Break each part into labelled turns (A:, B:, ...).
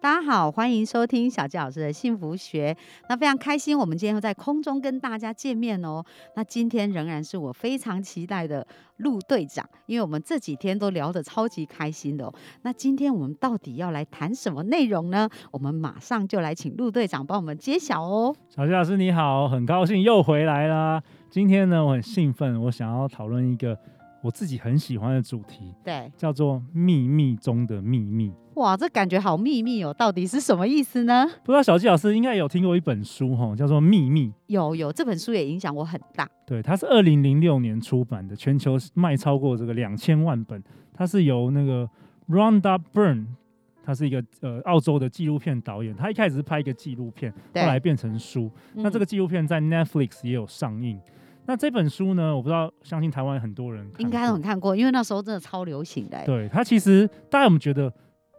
A: 大家好，欢迎收听小纪老师的幸福学。那非常开心，我们今天又在空中跟大家见面哦。那今天仍然是我非常期待的陆队长，因为我们这几天都聊得超级开心的、哦。那今天我们到底要来谈什么内容呢？我们马上就来请陆队长帮我们揭晓哦。
B: 小谢老师你好，很高兴又回来啦。今天呢，我很兴奋，我想要讨论一个我自己很喜欢的主题，
A: 对，
B: 叫做“秘密中的秘密
A: 哇，这感觉好秘密哦，到底是什么意思呢？”。
B: 不知道小纪老师应该有听过一本书哈，叫做《秘密》，
A: 有有，这本书也影响我很大。
B: 对，它是二零零六年出版的，全球卖超过这个两千万本。它是由那个 Rhonda Byrne，他是一个呃澳洲的纪录片导演，他一开始是拍一个纪录片，后
A: 对
B: 来变成书。那
A: 嗯
B: 这个纪录片在 Netflix 也有上映。那这本书呢，我不知道，相信台湾很多人看
A: 应该
B: 过
A: 都很看过，因为那时候真的超流行的欸。
B: 对它其实大家有没有觉得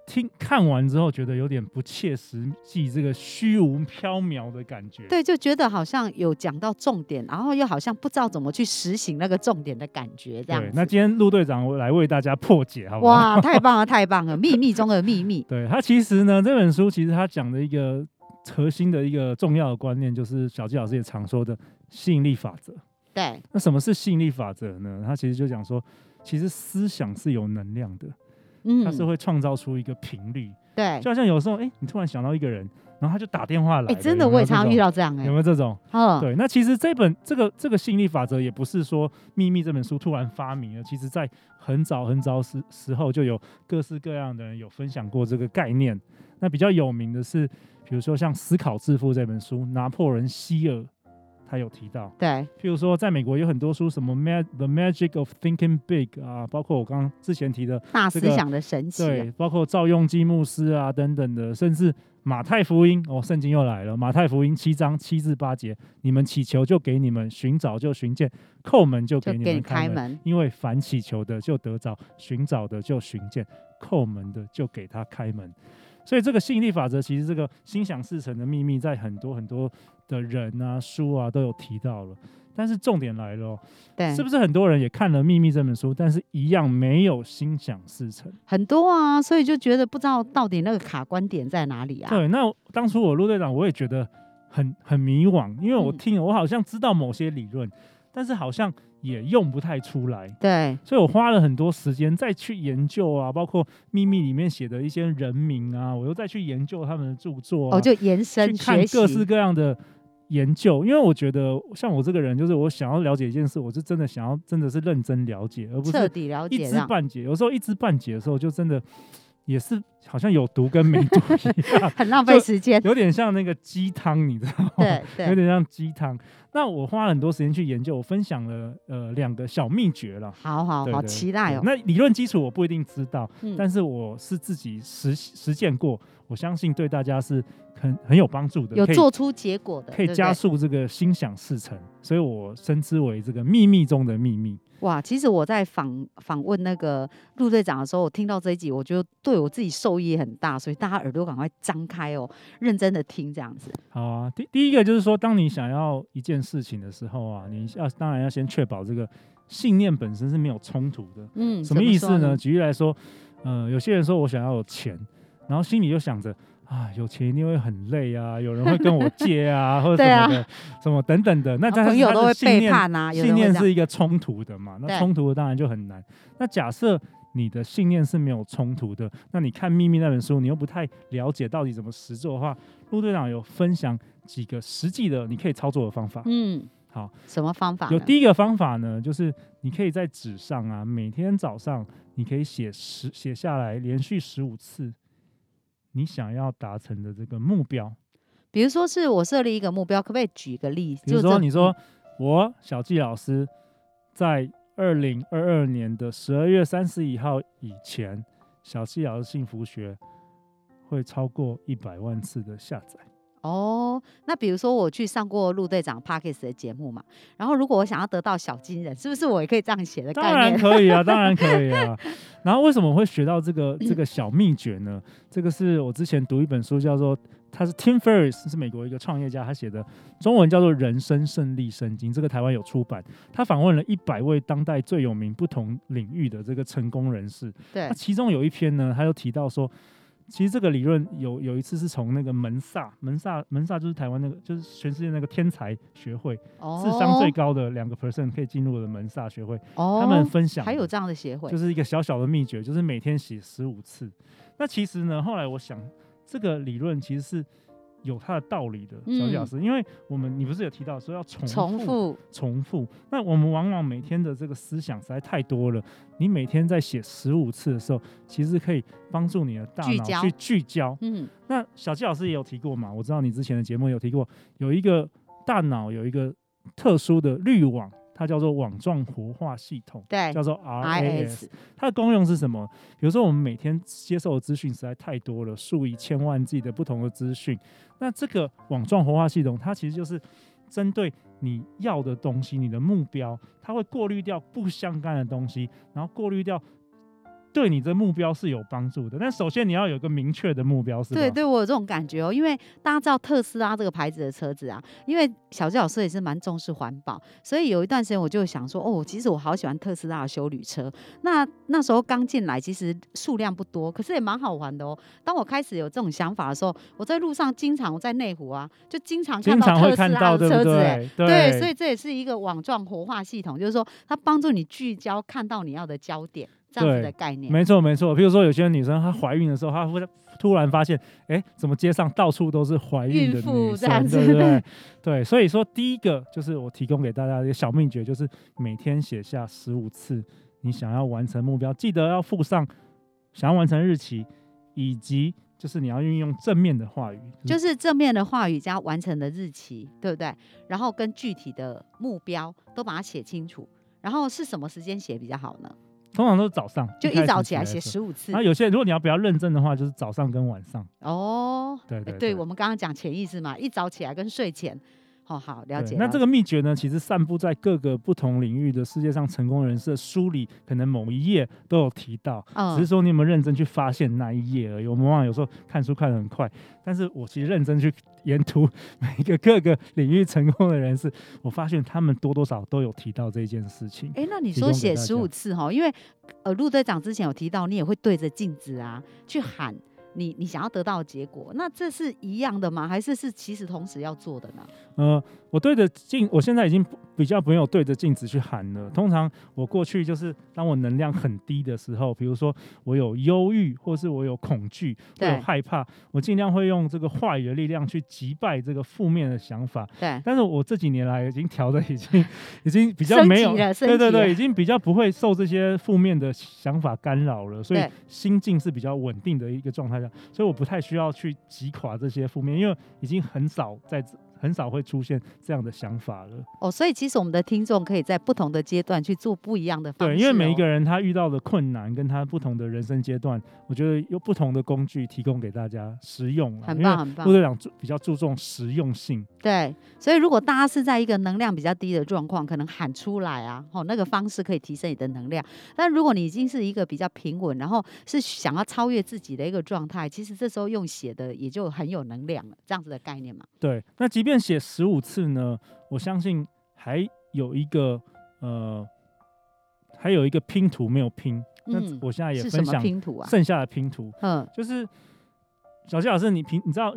B: 听看完之后觉得有点不切实际，这个虚无缥缈的感觉？
A: 对，就觉得好像有讲到重点，然后又好像不知道怎么去实行那个重点的感觉，这样
B: 对
A: 子。嗯
B: 那今天陆队长我来为大家破解，好不好？
A: 哇，太棒了，太棒了！秘密中的秘密，
B: 对它其实呢，这本书其实它讲的一个核心的一个重要的观念，就是小纪老师也常说的吸引力法则。
A: 对，
B: 那什么是吸引力法则呢？它其实就讲说，其实思想是有能量的，它是
A: 嗯，
B: 会创造出一个频率。
A: 对，哎、
B: 就好像有时候，哎、你突然想到一个人，然后他就打电话来了，
A: 真的
B: 有没有
A: 我也
B: 这
A: 常常
B: 种
A: 遇到这样哎、
B: 有没有这种？
A: 哦，
B: 对，那其实这本这个这个吸引力法则也不是说《秘密》这本书突然发明了，其实在很早很早时时候就有各式各样的人有分享过这个概念。那比较有名的是，比如说像《思考致富》这本书，拿破仑希尔他有提到。
A: 对，
B: 譬如说，在美国有很多书，什么《Ma The Magic of Thinking Big》啊，包括我刚刚之前提的
A: 大
B: 这
A: 思
B: 个
A: 想的神奇、啊
B: 对，包括赵用基牧师啊等等的，甚至马太福音哦，圣经又来了，马太福音七章七至八节，你们祈求就给你们，寻找就寻见，叩门就
A: 就
B: 给你
A: 给
B: 们
A: 你
B: 开
A: 开
B: 门。
A: 门，
B: 因为凡祈求的就得着，寻找的就寻见，叩门的就给他开门。所以这个吸引力法则，其实这个心想事成的秘密，在很多很多的人啊、书啊都有提到了。但是重点来了、哦，
A: 对，
B: 是不是很多人也看了《秘密》这本书，但是一样没有心想事成？
A: 很多啊，所以就觉得不知道到底那个卡关点在哪里啊。
B: 对，那我当初我陆队长我也觉得很很迷惘，因为我
A: 嗯
B: 听了我好像知道某些理论，但是好像也用不太出来，
A: 对，
B: 所以我花了很多时间再去研究啊，包括秘密里面写的一些人名啊，我又再去研究他们的著作啊，
A: 哦，就延伸
B: 去看
A: 学
B: 各式
A: 习，
B: 各样的。研究，因为我觉得像我这个人，就是我想要了解一件事，我是真的想要，真的是认真了解，而不是
A: 彻底了
B: 一
A: 解
B: 知
A: 让，
B: 半解。有时候一知半解的时候，就真的也是好像有毒跟没毒一样
A: 很浪费
B: 就
A: 时 间。
B: 有点像那个鸡汤，你知道吗？
A: 对
B: 有
A: 对，
B: 点像鸡汤。那我花了很多时间去研究，我分享了呃两个小秘诀啦。
A: 好好
B: 对
A: 好，
B: 对
A: 期待
B: 对
A: 哦。
B: 那理论基础我不一定知道，
A: 嗯
B: 但是我是自己实实践过，我相信对大家是很很有帮助的，
A: 有
B: 可以
A: 做出结果的，
B: 可
A: 对
B: 以
A: 不
B: 加
A: 对
B: 速这个心想事成，所以我称之为这个秘密中的秘密。
A: 哇，其实我在访访问那个陆队长的时候，我听到这一集，我觉得对我自己受益也很大，所以大家耳朵赶快张开哦，认真的听这样子。
B: 好啊，第第一个就是说，当你想要一件事情的时候啊，你要当然要先确保这个信念本身是没有冲突的。
A: 嗯，
B: 什么意
A: 说
B: 思呢？？举例来说，呃，有些人说我想要有钱，然后心里就想着啊，有钱一定会很累啊，有人会跟我 借啊，或者
A: 对
B: 什
A: 啊
B: 么的，什么等等的。那
A: 然后
B: 但
A: 哦朋
B: 是
A: 友
B: 他
A: 都
B: 的
A: 会
B: 信
A: 背
B: 念
A: 叛啊，有
B: 信
A: 人会
B: 念
A: 这样
B: 是一个冲突的嘛，
A: 对
B: 那冲突的当然就很难。那假设你的信念是没有冲突的，那你看《秘密》那本书，你又不太了解到底怎么实做的话，陆队长有分享几个实际的你可以操作的方法。
A: 嗯，
B: 好，
A: 什么方法呢？
B: 有第一个方法呢，就是你可以在纸上啊，每天早上你可以写十写下来，连续十五次你想要达成的这个目标。
A: 比如说是我设立一个目标，可不可以举个例子？
B: 比如
A: 就
B: 说，
A: 这嗯
B: 你说我小纪老师在二零二二年的十二月三十一号以前，小纪老师幸福学会超过一百万次的下载。
A: 哦，那比如说我去上过陆队长 Parkes 的节目嘛，然后如果我想要得到小金人，是不是我也可以这样写的
B: 当
A: 概
B: 然
A: 念？
B: 可以啊，当然可以啊。然后为什么会学到这个这个小秘诀呢？这个是我之前读一本书，叫做他是 Tim Ferriss，是美国一个创业家，他写的中文叫做《人生胜利圣经》，这个台湾有出版。他访问了一百位当代最有名不同领域的这个成功人士，
A: 对
B: 那，其中有一篇呢，他又提到说，其实这个理论有有一次是从那个门萨，门萨门萨就是台湾那个就是全世界那个天才学会，
A: 哦，
B: 智商最高的两个 percent 可以进入的门萨学会，
A: 哦，
B: 他们分享
A: 还有
B: 的
A: 这样的协会，
B: 就是一个小小的秘诀，就是每天写十五次。那其实呢，后来我想，这个理论其实是有它的道理的，小小
A: 嗯
B: 是因为我们你不是有提到说要重
A: 重复
B: 重复。那我们往往每天的这个思想实在太多了，你每天在写十五次的时候，其实可以帮助你的大
A: 聚
B: 脑
A: 焦
B: 去聚焦。
A: 嗯，
B: 那小纪老师也有提过嘛，我知道你之前的节目有提过，有一个大脑有一个特殊的滤网，它叫做网状活化系统，
A: 对
B: 叫做 RAS。
A: ，IS
B: 它的功用是什么？比如说，我们每天接受的资讯实在太多了，数以千万计的不同的资讯。那这个网状活化系统，它其实就是针对你要的东西、你的目标，它会过滤掉不相干的东西，然后过滤掉对你的目标是有帮助的。但首先你要有一个明确的目标，是吧？
A: 对对，我有这种感觉哦，因为大家知道特斯拉这个牌子的车子啊，因为小纪老师也是蛮重视环保，所以有一段时间我就想说，哦，其实我好喜欢特斯拉的修旅车。那那时候刚进来，其实数量不多，可是也蛮好玩的哦。当我开始有这种想法的时候，我在路上经常我在内湖啊，就经常看
B: 经常
A: 到特
B: 会
A: 斯
B: 看
A: 拉的
B: 到，对不
A: 车子、哎。
B: 对？
A: 对，所以这也是一个网状活化系统，就是说它帮助你聚焦看到你要的焦点，这样子
B: 对
A: 的概念。
B: 没错没错。比如说，有些女生她怀孕的时候，她会突然发现，哎，怎么街上到处都是怀孕的
A: 孕妇
B: 女
A: 这样
B: 生，
A: 子
B: 对不对？对，所以说第一个就是我提供给大家的一个小秘诀，就是每天写下十五次你想要完成目标，记得要附上想要完成日期，以及就是你要运用正面的话语，
A: 就是正面的话语加完成的日期，对不对？然后跟具体的目标都把它写清楚。然后是什么时间写比较好呢？
B: 通常都是早上，
A: 就
B: 开
A: 一
B: 始
A: 早
B: 起
A: 起
B: 来
A: 来
B: 的
A: 写
B: 时候。啊
A: 十五次
B: 然后有些，如果你要比较认真的话，就是早上跟晚上。
A: 哦。
B: 对
A: 哎
B: 对
A: 对，我们刚刚讲潜意识嘛，一早起来跟睡前，哦，好了
B: 对
A: 解。
B: 那
A: 了
B: 这
A: 解
B: 个秘诀呢，其实散布在各个不同领域的世界上成功人士的书里，可能某一页都有提到，只是
A: 嗯，
B: 说你有没有认真去发现那一页而已。我们往往有时候看书看得很快，但是我其实认真去研读 每一个各个领域成功的人士，我发现他们多多少少都有提到这件事情。
A: 哎，那你
B: 提
A: 说
B: 供给
A: 写
B: 大
A: 十五次哈，因为呃，陆队长之前有提到，你也会对着镜子啊去喊你你想要得到的结果，那这是一样的吗？还是是其实同时要做的呢？
B: 呃，我对着镜，我现在已经不比较没有对着镜子去喊了。通常我过去就是当我能量很低的时候，比如说我有忧郁，或是我有恐惧，我
A: 对
B: 有害怕，我尽量会用这个话语的力量去击败这个负面的想法。
A: 对，
B: 但是我这几年来已经调的已经已经比较
A: 升
B: 没
A: 级
B: 有，
A: 了升
B: 对对
A: 级了
B: 对，已经比较不会受这些负面的想法干扰了，所以
A: 对
B: 心境是比较稳定的一个状态下，所以我不太需要去击垮这些负面，因为已经很少在这很少会出现这样的想法了。
A: 哦，所以其实我们的听众可以在不同的阶段去做不一样的方式、哦
B: 对，因为每一个，人他遇到的困难跟他不同的人生阶段，我觉得有不同的工具提供给大家实用啦，啊
A: 很
B: 因为
A: 棒很棒
B: 陆队长注比较注重实用性。
A: 对，所以如果大家是在一个能量比较低的状况，可能喊出来啊，哦，那个方式可以提升你的能量。但如果你已经是一个比较平稳，然后是想要超越自己的一个状态，其实这时候用写的也就很有能量了，这样子的概念嘛。
B: 对，那即便写十五次呢，我相信还有一个呃，还有一个拼图没有拼。那
A: 嗯
B: 我现在也
A: 是什
B: 分
A: 么
B: 享
A: 拼图啊？
B: 剩下的拼图，
A: 嗯，
B: 就是小谢老师，你平你知道，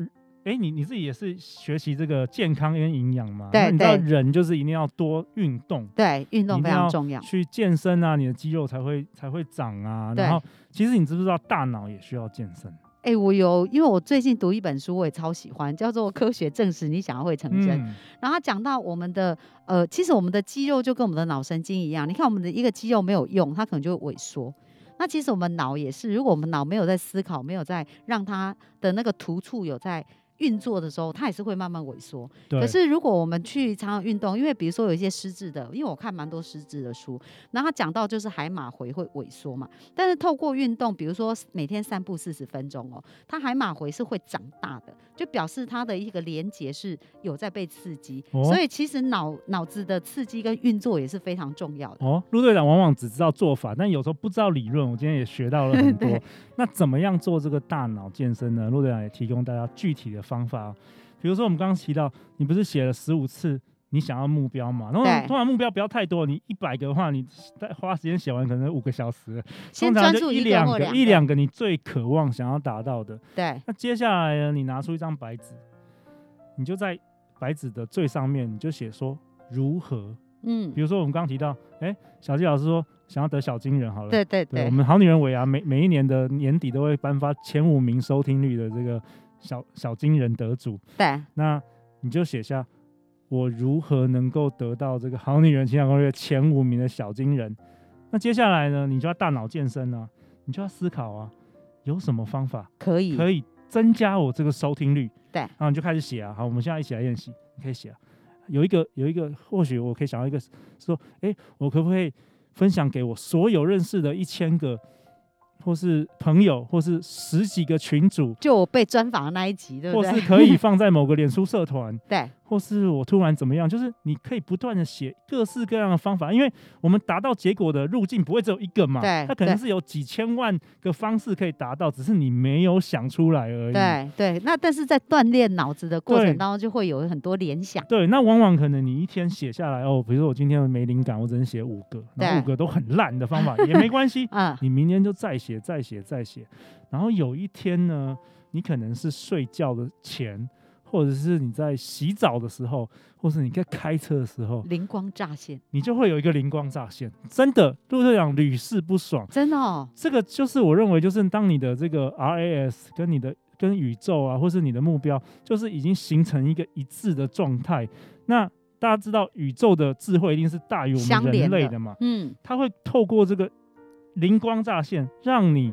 B: 哎，你你自己也是学习这个健康跟营养嘛？
A: 对
B: 那你知道
A: 对
B: 人就是一定要多运动。
A: 对，运动
B: 一
A: 非
B: 定
A: 常
B: 要
A: 重要。
B: 去健身啊，你的肌肉才会才会长啊。
A: 对
B: 然后，其实你知不知道，大脑也需要健身。
A: 哎、我有，因为我最近读一本书，我也超喜欢，叫做《科学证实你想要会成真》。
B: 嗯，
A: 然后他讲到我们的呃，其实我们的肌肉就跟我们的脑神经一样，你看我们的一个肌肉没有用，它可能就会萎缩。那其实我们脑也是，如果我们脑没有在思考，没有在让它的那个突触有在运作的时候，它也是会慢慢萎缩。
B: 对，
A: 可是如果我们去常常运动，因为比如说有一些失智的，因为我看蛮多失智的书，然后他讲到就是海马回会萎缩嘛，但是透过运动，比如说每天散步四十分钟哦，它海马回是会长大的，就表示它的一个连接是有在被刺激，
B: 哦
A: 所以其实脑脑子的刺激跟运作也是非常重要的。
B: 哦，陆队长往往只知道做法，但有时候不知道理论。我今天也学 到了很多
A: 对。
B: 那怎么样做这个大脑健身呢？陆队长也提供大家具体的方法哦、比如说我们刚刚提到，你不是写了十五次你想要目标嘛？通常
A: 对
B: 通常目标不要太多，你一百个的话，你花时间写完可能五个小时了。
A: 先
B: 通常
A: 专
B: 就
A: 注
B: 一
A: 一个
B: 两
A: 或
B: 个，
A: 两
B: 一两个你最渴望想要达到的。
A: 对
B: 那接下来呢，你拿出一张白纸，你就在白纸的最上面，你就写说如何。
A: 嗯
B: 比，如说我们刚刚提到，哎，小纪老师说想要得小金人好了，
A: 对对对
B: 我们好女人尾牙每每一年的年底都会颁发前五名收听率的这个小小金人得主，
A: 对
B: 那你就写下我如何能够得到这个好女人情感攻略前五名的小金人。那接下来呢，你就要大脑健身啊，你就要思考啊，有什么方法
A: 可以
B: 可以增加我这个收听率？
A: 嗯对
B: 然后你就开始写啊。好，我们现在一起来练习，你可以写、啊。有一个有一个，或许我可以想到一个，说，诶，我可不可以分享给我所有认识的一千个，或是朋友，或是十几个群主，
A: 就我被专访的那一集，对不
B: 或是
A: 对？
B: 可以放在某个脸书社团，
A: 对
B: 或是我突然怎么样，就是你可以不断的写各式各样的方法，因为我们达到结果的路径不会只有一个嘛，
A: 对
B: 它可能
A: 对
B: 是有几千万个方式可以达到，只是你没有想出来而已。
A: 对对，那但是在锻炼脑子的过
B: 对
A: 程当中，就会有很多联想。
B: 对，那往往可能你一天写下来哦，比如说我今天没灵感，我只能写五个，然后五
A: 对
B: 个都很烂的方法也没关系，
A: 嗯，
B: 你明天就再写、再写、再写。然后有一天呢，你可能是睡觉的前，或者是你在洗澡的时候，或是你在开车的时候，
A: 灵光乍现，
B: 你就会有一个灵光乍现。真的，陆队长屡试不爽。
A: 真的哦，
B: 这个就是我认为，就是当你的这个 RAS 跟你的跟宇宙啊，或是你的目标，就是已经形成一个一致的状态。那大家知道，宇宙的智慧一定是大于我
A: 相
B: 们
A: 连
B: 人
A: 的
B: 类的嘛？
A: 嗯，
B: 它会透过这个灵光乍现，让你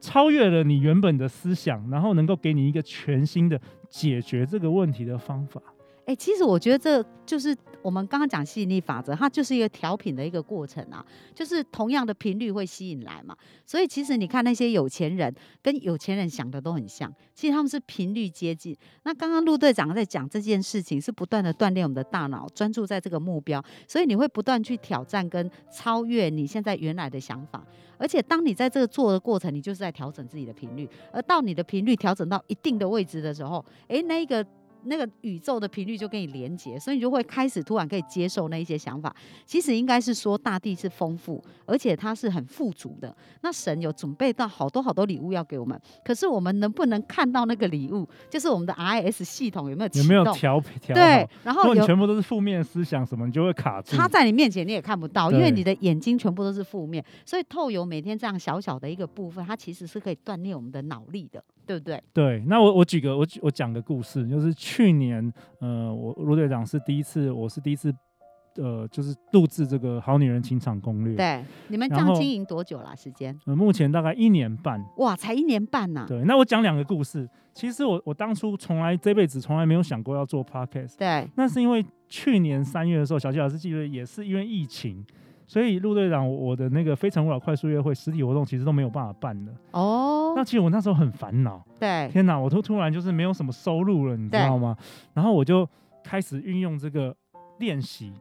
B: 超越了你原本的思想，然后能够给你一个全新的解决这个问题的方法。
A: 哎、其实我觉得这就是我们刚刚讲吸引力法则，它就是一个调频的一个过程啊，就是同样的频率会吸引来嘛。所以其实你看那些有钱人跟有钱人想的都很像，其实他们是频率接近。那刚刚陆队长在讲这件事情，是不断的锻炼我们的大脑，专注在这个目标，所以你会不断去挑战跟超越你现在原来的想法。而且当你在这个做的过程，你就是在调整自己的频率，而到你的频率调整到一定的位置的时候，诶，那一个那个宇宙的频率就跟你连接，所以你就会开始突然可以接受那一些想法。其实应该是说，大地是丰富，而且它是很富足的。那神有准备到好多好多礼物要给我们，可是我们能不能看到那个礼物？就是我们的 RIS 系统有没有启
B: 有
A: 动？
B: 没有调调
A: 对
B: 好？，
A: 然
B: 如
A: 后
B: 果你
A: 有
B: 全部都是负面思想什么，你就会卡住。
A: 插在你面前你也看不到，因为
B: 嗯对
A: 你的眼睛全部都是负面，所以透油每天这样小小的一个部分，它其实是可以锻炼我们的脑力的，对不对？
B: 对，那我我举个我举我讲个故事，就是去年，呃，我陆队长是第一次，我是第一次，呃，就是录制这个《好女人情场攻略》。
A: 对，你们这
B: 然
A: 样
B: 后
A: 经营多久啦？时间？
B: 呃，目前大概一年半。
A: 哇，才一年半呐、
B: 对，那我讲两个故事。其实我我当初从来这辈子从来没有想过要做 podcast，
A: 对
B: 那是因为去年三月的时候，小纪老师记得也是因为疫情，所以陆队长我我的那个非诚勿扰快速约会实体活动其实都没有办法办的。那
A: 哦，
B: 其实我那时候很烦恼。
A: 对
B: 天哪，我都突然就是没有什么收入了，你知
A: 对
B: 道吗？然后我就开始运用这个练习，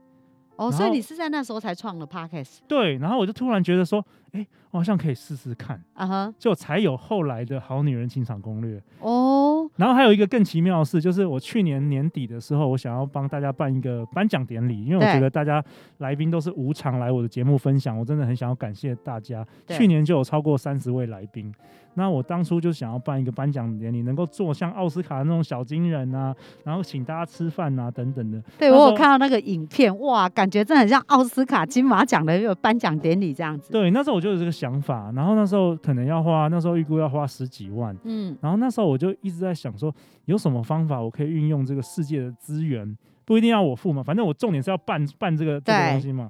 A: 哦，
B: 然
A: 所以
B: 后
A: 你是在那时候才创了 podcast
B: 对，然后我就突然觉得说，哎，我好像可以试试看，
A: 啊哈？
B: 就才有后来的好女人情场攻略。
A: 哦，
B: 然后还有一个更奇妙的事，就是我去年年底的时候，我想要帮大家办一个颁奖典礼，因为我
A: 对
B: 觉得大家来宾都是无偿来我的节目分享，我真的很想要感谢大家。
A: 对
B: 去年就有超过三十位来宾，那我当初就想要办一个颁奖典礼，能够做像奥斯卡那种小金人啊，然后请大家吃饭啊等等的。
A: 对
B: 那时
A: 我
B: 候
A: 有看到那个影片，哇，感觉真的很像奥斯卡金马奖的一个颁奖典礼这样子。
B: 对，那时候我就有这个想法，然后那时候可能要花，那时候预估要花十几万。
A: 嗯，
B: 然后那时候我就一直在想说，有什么方法我可以运用这个世界的资源，不一定要我付嘛，反正我重点是要办办这个这个
A: 对
B: 东西嘛。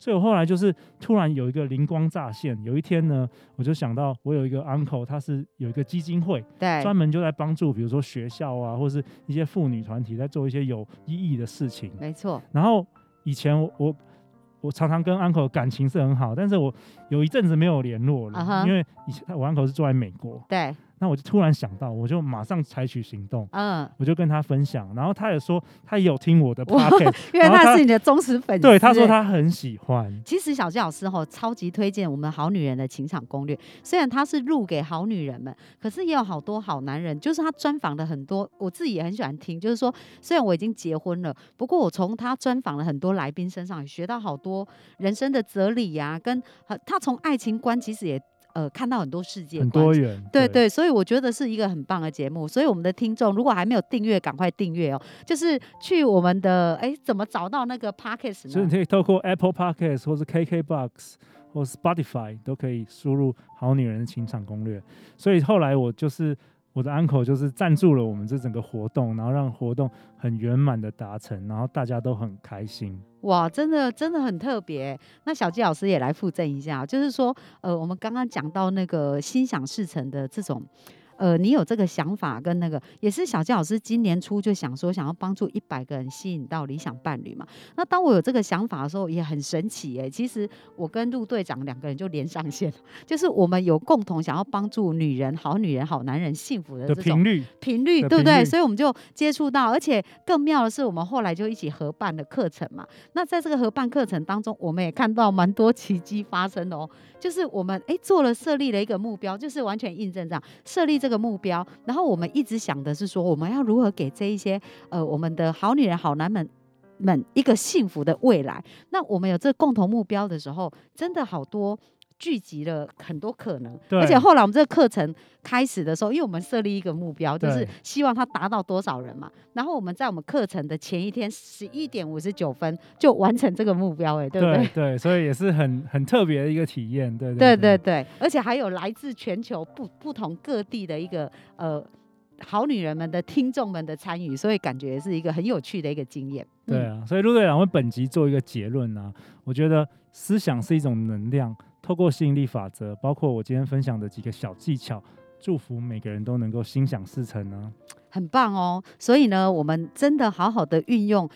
B: 所以我后来就是突然有一个灵光乍现，有一天呢，我就想到我有一个 uncle，他是有一个基金会，
A: 对，
B: 专门就在帮助比如说学校啊，或是一些妇女团体在做一些有意义的事情。
A: 没错，
B: 然后以前我我我常常跟 uncle 感情是很好，但是我有一阵子没有联络了
A: 啊哈
B: 因为以前我 uncle 是住在美国，
A: 对，
B: 那我就突然想到，我就马上采取行动。
A: 嗯，
B: 我就跟他分享，然后他也说他也有听我的
A: 哇
B: podcast，
A: 因为
B: 然后
A: 他
B: 他
A: 是你的忠实粉丝。
B: 对，他说。他很喜欢。
A: 其实小纪老师吼超级推荐我们好女人的情场攻略，虽然他是录给好女人们，可是也有好多好男人，就是他专访的很多，我自己也很喜欢听。就是说，虽然我已经结婚了，不过我从他专访了很多来宾身上也学到好多人生的哲理呀、跟呃他从爱情观其实也呃看到很多世界
B: 很
A: 观。
B: 多元，
A: 对对，所以我觉得是一个很棒的节目。所以我们的听众如果还没有订阅，赶快订阅哦。就是去我们的哎，怎么找到那个 podcast
B: 所以
A: 呢？
B: 你可以透过 Apple Podcast 或是 KKBox 或是 Spotify 都可以输入“好女人的情场攻略”。所以后来我就是我的 uncle 就是赞助了我们这整个活动，然后让活动很圆满的达成，然后大家都很开心。
A: 哇，真的真的很特别。那小纪老师也来附赠一下，就是说，呃，我们刚刚讲到那个心想事成的这种。呃，你有这个想法跟那个，也是小纪老师今年初就想说，想要帮助一百个人吸引到理想伴侣嘛。那当我有这个想法的时候，也很神奇耶、其实我跟陆队长两个人就连上线了，就是我们有共同想要帮助女人、好女人、好男人幸福的
B: 的
A: 这种
B: 频率
A: 频率，
B: 的
A: 对不
B: 频
A: 对？
B: 率
A: 所以我们就接触到，而且更妙的是，我们后来就一起合办的课程嘛。那在这个合办课程当中，我们也看到蛮多奇迹发生的哦。就是我们诶做了设立了一个目标，就是完全印证这样设立这个目标，然后我们一直想的是说，我们要如何给这一些呃我们的好女人、好男们。们一个幸福的未来。那我们有这共同目标的时候，真的好多聚集了很多可能。
B: 对
A: 而且后来我们这个课程开始的时候，因为我们设立一个目标，就是
B: 对
A: 希望它达到多少人嘛。然后我们在我们课程的前一天十一点五十九分就完成这个目标、哎，对不对？
B: 对，所以也是很很特别的一个体验，对
A: 对对
B: 对
A: 对，而且还有来自全球不不同各地的一个呃好女人们的听众们的参与，所以感觉是一个很有趣的一个经验。
B: 对
A: 嗯，
B: 啊，所以陆队长为本集做一个结论啊，我觉得思想是一种能量，透过吸引力法则，包括我今天分享的几个小技巧，祝福每个人都能够心想事成啊。
A: 很棒哦。所以呢，我们真的好好的运用。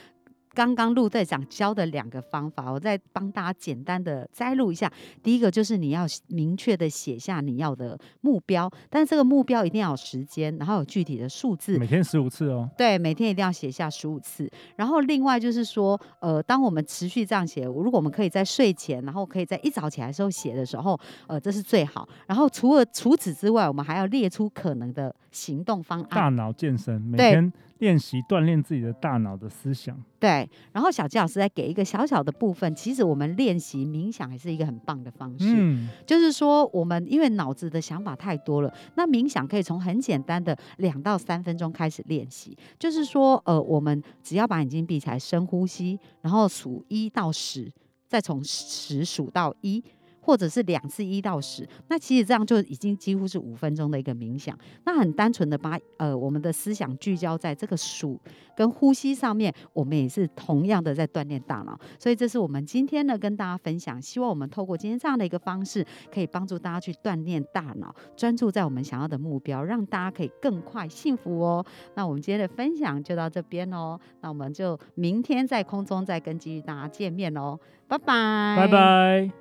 A: 刚刚陆队长教的两个方法，我再帮大家简单的摘录一下。第一个就是你要明确的写下你要的目标，但是这个目标一定要有时间，然后有具体的数字，
B: 每天十五次哦，
A: 对，每天一定要写下十五次。然后另外就是说，呃，当我们持续这样写，如果我们可以在睡前，然后可以在一早起来的时候写的时候，呃，这是最好。然后除了除此之外，我们还要列出可能的行动方
B: 大
A: 案。
B: 脑健身，
A: 啊
B: 每
A: 对
B: 天练习锻炼自己的大脑的思想。
A: 对。然后小纪老师再给一个小小的部分，其实我们练习冥想也是一个很棒的方式。
B: 嗯，
A: 就是说，我们因为脑子的想法太多了，那冥想可以从很简单的两到三分钟开始练习。就是说，呃，我们只要把眼睛闭起来，深呼吸，然后数一到十，再从十数到一。或者是两次一到十，那其实这样就已经几乎是五分钟的一个冥想。那很单纯的把呃我们的思想聚焦在这个数跟呼吸上面，我们也是同样的在锻炼大脑。所以这是我们今天呢跟大家分享，希望我们透过今天这样的一个方式，可以帮助大家去锻炼大脑，专注在我们想要的目标，让大家可以更快幸福哦。那我们今天的分享就到这边哦，那我们就明天在空中再跟继续大家见面哦，拜拜，
B: 拜拜。